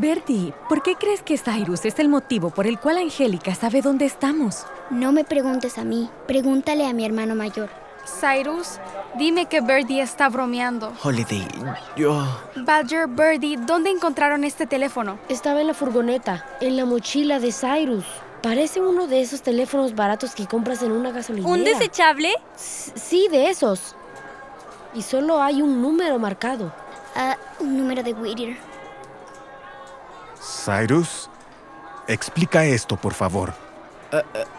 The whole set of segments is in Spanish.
Katy, ¿por qué crees que Cyrus es el motivo por el cual Angélica sabe dónde estamos? No me preguntes a mí, pregúntale a mi hermano mayor. Cyrus, dime que Birdie está bromeando. Holiday, yo... Badger, Birdie, ¿dónde encontraron este teléfono? Eh, Estaba en la furgoneta, en la mochila de Cyrus. Parece uno de esos teléfonos baratos que compras en una gasolinera. ¿Un desechable? S- sí, de esos. Y solo hay un número marcado. Ah, un número de Whittier. Cyrus, explica esto, por favor.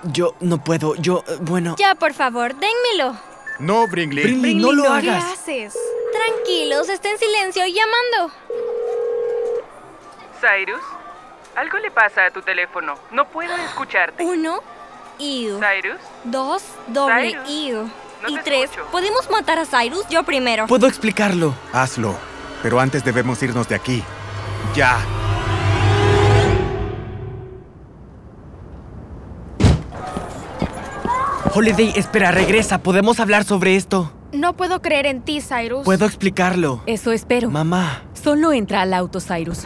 Yo no puedo, yo... eh, Bueno... Ya, por favor, dénmelo. No, Brinley. Brinley, no lo ¿Qué hagas. haces? Tranquilos, está en silencio y llamando. Cyrus, algo le pasa a tu teléfono. No puedo escucharte. Uno, iu. Cyrus, Dos, doble Cyrus, iu. no y te tres, escucho. ¿podemos matar a Cyrus? Yo primero. Puedo explicarlo. Hazlo. Pero antes debemos irnos de aquí. Ya. Holiday, espera, regresa. Podemos hablar sobre esto. No puedo creer en ti, Cyrus. Puedo explicarlo. Eso eh, espero. Mamá. Solo entra al auto, Cyrus.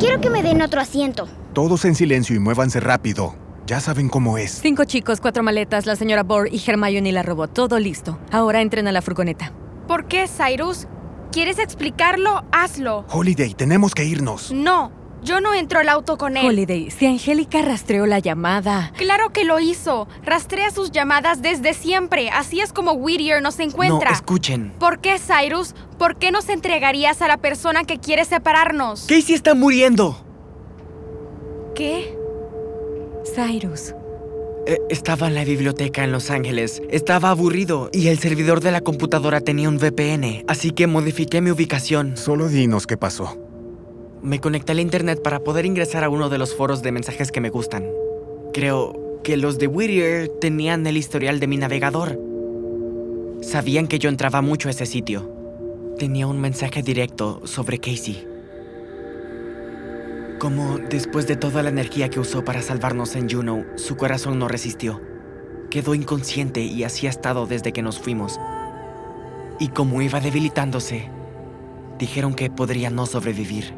Quiero que me den otro asiento. Todos en silencio y muévanse rápido. Ya saben cómo es. Cinco chicos, cuatro maletas, la señora Bohr y Hermione y la robot. Todo listo. Ahora entren a la furgoneta. ¿Por qué, Cyrus? ¿Quieres explicarlo? Hazlo. Holiday, tenemos que irnos. No, yo no entro al auto con él. Holiday, si Angélica rastreó la llamada. Claro que lo hizo. Rastrea sus llamadas desde siempre. Así es como Whittier nos encuentra. No, escuchen. ¿Por qué, Cyrus? ¿Por qué nos entregarías a la persona que quiere separarnos? Casey está muriendo. ¿Qué? Cyrus. Eh, estaba en la biblioteca en Los Ángeles. Estaba aburrido y el servidor de la computadora tenía un VPN, así que modifiqué mi ubicación. Solo dinos qué pasó. Me conecté al internet para poder ingresar a uno de los foros de mensajes que me gustan. Creo que los de Whittier tenían el historial de mi navegador. Sabían que yo entraba mucho a ese sitio. Tenía un mensaje directo sobre Casey. Como después de toda la energía que usó para salvarnos en Juno, su corazón no resistió. Quedó inconsciente y así ha estado desde que nos fuimos. Y como iba debilitándose, dijeron que podría no sobrevivir.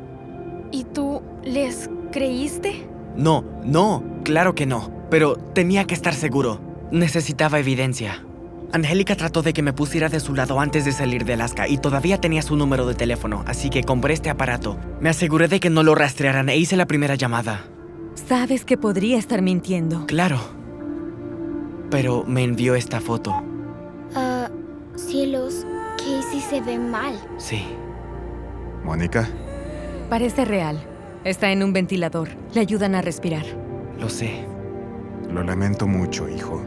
¿Y tú les creíste? No, no, claro que no. Pero tenía que estar seguro. Necesitaba evidencia. Angélica trató de que me pusiera de su lado antes de salir de Alaska y todavía tenía su número de teléfono, así que compré este aparato. Me aseguré de que no lo rastrearan e hice la primera llamada. Sabes que podría estar mintiendo. Claro. Pero me envió esta foto. Ah, cielos, Casey se ve mal. Sí. Mónica, Parece real. Está en un ventilador. Le ayudan a respirar. Lo sé. lo lamento mucho, hijo.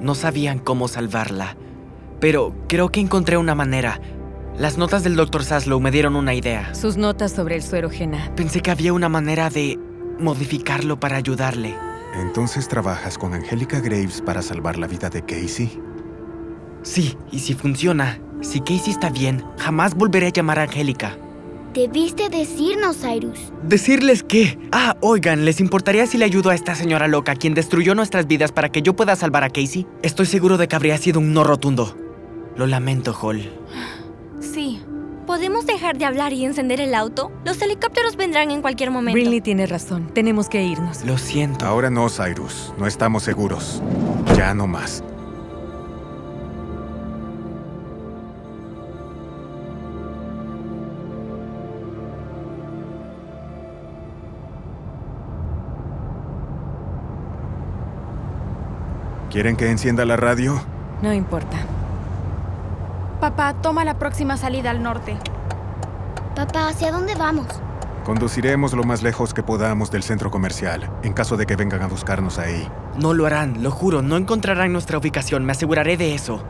No sabían cómo salvarla. Pero creo que encontré una manera. Las notas del Dr. Saslow me dieron una idea. Sus notas sobre el suero Gena. Pensé que había una manera de modificarlo para ayudarle. Entonces trabajas con Angélica Graves para salvar la vida de Casey. Sí, y si funciona, si Casey está bien, jamás volveré a llamar a Angélica. Debiste decirnos, Cyrus. ¿Decirles qué? Ah, oigan, ¿les importaría si le ayudo a esta señora loca quien destruyó nuestras vidas para que yo pueda salvar a Casey? Estoy seguro de que habría sido un no rotundo. Lo lamento, Hall. Sí. ¿Podemos dejar de hablar y encender el auto? Los helicópteros vendrán en cualquier momento. Brinley tiene razón. Tenemos que irnos. Lo siento. Ahora no, Cyrus. No estamos seguros. Ya no más. ¿Quieren que encienda la radio? No importa. Papá, toma la próxima salida al norte. Papá, ¿hacia dónde vamos? Conduciremos lo más lejos que podamos del centro comercial, en caso de que vengan a buscarnos ahí. No lo harán, lo juro, no encontrarán nuestra ubicación, me aseguraré de eso.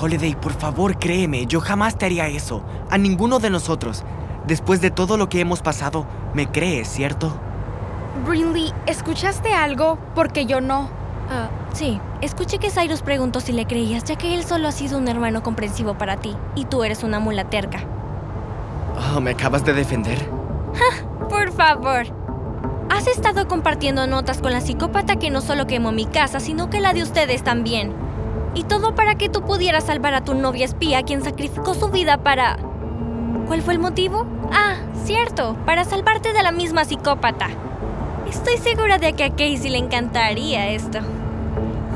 Holiday, por favor, créeme, yo jamás te haría eso, a ninguno de nosotros. Después de todo lo que hemos pasado, me crees, ¿cierto? Brinley, ¿escuchaste algo? Porque yo no. Ah, sí, escuché que Cyrus preguntó si le creías, ya que él solo ha sido un hermano comprensivo para ti, y tú eres una mula terca. Oh, ¿me acabas de defender? Por favor. Has estado compartiendo notas con la psicópata que no solo quemó mi casa, sino que la de ustedes también. Y todo para que tú pudieras salvar a tu novia espía, quien sacrificó su vida para... ¿Cuál fue el motivo? Ah, desierto para salvarte de la misma psicópata. Estoy segura de que a Casey le encantaría esto.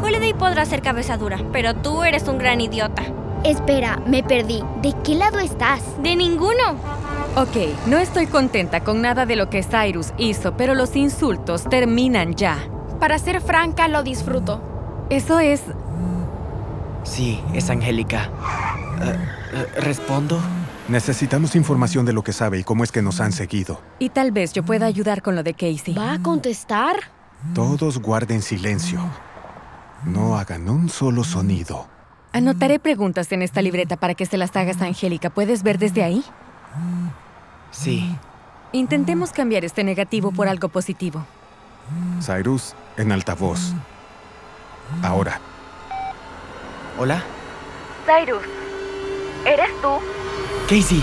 Holiday podrá ser cabeza dura, pero tú eres un gran idiota. Espera, me perdí. ¿De qué lado estás? De ninguno. Ok, no estoy contenta con nada de lo que Cyrus hizo, pero los insultos terminan ya. Para ser franca, lo disfruto. Eso es... Sí, es Angélica. Eh, eh, ¿Respondo? Necesitamos información de lo que sabe y cómo es que nos han seguido. Y tal vez yo pueda ayudar con lo de Casey. ¿Va a contestar? Todos guarden silencio. No hagan un solo sonido. Anotaré preguntas en esta libreta para que se las hagas a Angélica. ¿Puedes ver desde ahí? Sí. Intentemos cambiar este negativo por algo positivo. Cyrus, en altavoz. Ahora. ¿Hola? Cyrus, ¿eres tú? Casey.